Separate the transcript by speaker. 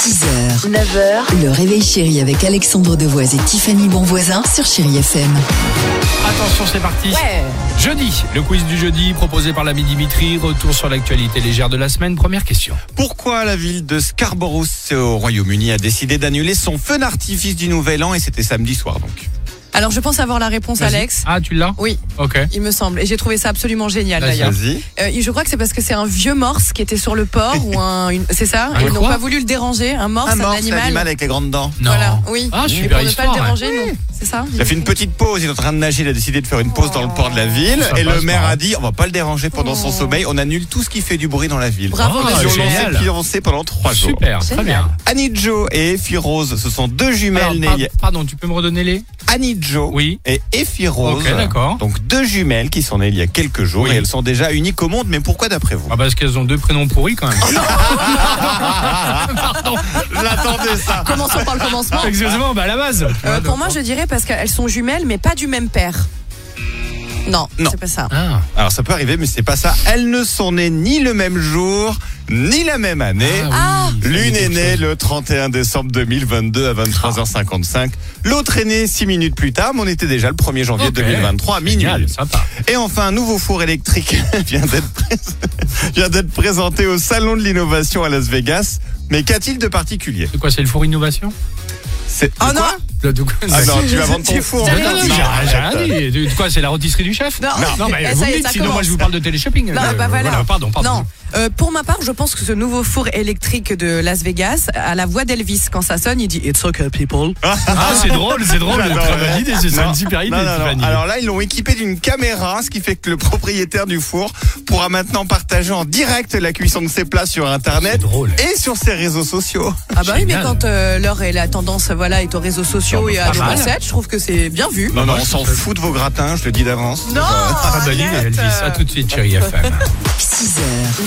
Speaker 1: 6h, 9h, le réveil chéri avec Alexandre Devoise et Tiffany Bonvoisin sur Chéri FM.
Speaker 2: Attention, c'est parti. Jeudi, le quiz du jeudi proposé par l'ami Dimitri. Retour sur l'actualité légère de la semaine. Première question.
Speaker 3: Pourquoi la ville de Scarborough au Royaume-Uni a décidé d'annuler son feu d'artifice du Nouvel An et c'était samedi soir donc.
Speaker 4: Alors je pense avoir la réponse,
Speaker 2: Vas-y.
Speaker 4: Alex.
Speaker 2: Ah, tu l'as
Speaker 4: Oui,
Speaker 2: Ok.
Speaker 4: il me semble. Et j'ai trouvé ça absolument génial
Speaker 2: Vas-y.
Speaker 4: d'ailleurs.
Speaker 3: Vas-y.
Speaker 4: Euh, je crois que c'est parce que c'est un vieux morse qui était sur le port ou un, une- c'est ça.
Speaker 2: Un
Speaker 4: Ils n'ont
Speaker 2: quoi
Speaker 4: pas voulu le déranger. Un morse,
Speaker 3: Un
Speaker 4: un,
Speaker 3: morse,
Speaker 4: animal.
Speaker 3: l'animal avec les grandes dents.
Speaker 2: Non.
Speaker 4: Voilà. Oui.
Speaker 2: Ah,
Speaker 4: Et
Speaker 2: super
Speaker 4: pour ne
Speaker 2: histoire.
Speaker 4: pas le déranger, non. C'est ça.
Speaker 3: Il a fait une petite pause, il est en train de nager, il a décidé de faire une pause dans le port de la ville
Speaker 2: Oh. Ça
Speaker 3: et
Speaker 2: passe
Speaker 3: le maire
Speaker 2: pas.
Speaker 3: a dit on va pas le déranger pendant son
Speaker 4: Oh.
Speaker 3: sommeil, on annule tout ce qui fait du bruit dans la ville.
Speaker 4: Bravo.
Speaker 2: Ah,
Speaker 3: Ils
Speaker 4: Monsieur.
Speaker 3: ont lancé
Speaker 2: génial.
Speaker 3: Beyoncé pendant trois jours.
Speaker 2: Super, très
Speaker 4: Génial.
Speaker 2: bien.
Speaker 3: Annie Jo et Effie Rose, ce sont deux jumelles
Speaker 2: Alors,
Speaker 3: nées
Speaker 2: par-
Speaker 3: il y a-
Speaker 2: pardon, tu peux me redonner les
Speaker 3: Annie Jo
Speaker 2: Oui.
Speaker 3: et Effie Rose.
Speaker 2: Ok, d'accord.
Speaker 3: Donc deux jumelles qui sont nées il y a quelques jours
Speaker 2: Oui.
Speaker 3: et elles sont déjà uniques au monde, mais pourquoi d'après vous
Speaker 2: Ah, parce qu'elles ont deux prénoms pourris quand
Speaker 4: Ah,
Speaker 2: même.
Speaker 3: J'attendais ça.
Speaker 4: Commençons par le commencement.
Speaker 2: Exactement, bah à la base. tu vois,
Speaker 4: Euh, pour
Speaker 2: donc-
Speaker 4: moi, je dirais parce qu'elles sont jumelles, mais pas du même père. Non,
Speaker 3: Non.
Speaker 4: c'est pas ça.
Speaker 2: Ah,
Speaker 3: Alors ça peut arriver, mais c'est pas ça. Elles ne sont nées ni le même jour, ni la même année.
Speaker 2: ah oui, ça me dit
Speaker 3: L'une est
Speaker 2: quelque
Speaker 3: née
Speaker 2: chose.
Speaker 3: le 31 décembre 2022 à 23h55. L'autre est née 6 minutes plus tard, mais on était déjà le 1er janvier
Speaker 2: Ok.
Speaker 3: 2023 à
Speaker 2: Génial,
Speaker 3: minuit.
Speaker 2: sympa.
Speaker 3: Et enfin, un nouveau four électrique vient d'être prés- vient d'être présenté au Salon de l'innovation à Las Vegas. Mais qu'a-t-il de particulier
Speaker 2: C'est quoi, c'est le four innovation bah,
Speaker 3: C'est
Speaker 4: Oh non
Speaker 2: Le- de quoi-
Speaker 3: Ah non, tu vas vendre ton four.
Speaker 2: Non, non, non,
Speaker 3: Non,
Speaker 2: j'ai j'ai rien
Speaker 3: arrête.
Speaker 2: dit. De quoi, c'est la rôtisserie du chef
Speaker 4: Non. Non.
Speaker 2: mais
Speaker 4: Eh, ça
Speaker 2: vous
Speaker 4: y
Speaker 2: me
Speaker 4: est,
Speaker 2: dites,
Speaker 4: ça
Speaker 2: sinon moi je vous parle de téléshopping.
Speaker 4: Non,
Speaker 2: Euh,
Speaker 4: bah voilà.
Speaker 2: Pardon, pardon.
Speaker 4: Non. Euh, pour ma part, je pense que ce nouveau four électrique de Las Vegas, à la voix d'Elvis, quand ça sonne, il dit It's okay, people.
Speaker 2: Ah, c'est drôle, c'est drôle.
Speaker 3: J'adore,
Speaker 2: Très
Speaker 3: ouais.
Speaker 2: bonne idée, c'est
Speaker 3: Non,
Speaker 2: une super idée,
Speaker 3: non, non, non.
Speaker 2: Tiffany.
Speaker 3: Alors là, ils l'ont équipé d'une caméra, ce qui fait que le propriétaire du four pourra maintenant partager en direct la cuisson de ses plats sur Internet
Speaker 2: C'est drôle.
Speaker 3: et sur ses réseaux sociaux.
Speaker 4: Ah bah oui, mais
Speaker 2: Génial.
Speaker 4: quand euh, l'heure et la tendance voilà, est aux réseaux sociaux
Speaker 2: Non,
Speaker 4: et
Speaker 2: pas
Speaker 4: à nos
Speaker 2: mal.
Speaker 4: recettes, je trouve que c'est bien vu.
Speaker 3: Non, non,
Speaker 2: moi,
Speaker 3: on
Speaker 2: je
Speaker 3: s'en
Speaker 2: trouve ça-
Speaker 3: fout de vos gratins, je le dis d'avance.
Speaker 4: Non,
Speaker 2: Très Ah, bonne idée,
Speaker 4: arrête.
Speaker 2: Elvis. À tout de suite, chérie FM.
Speaker 1: 6h,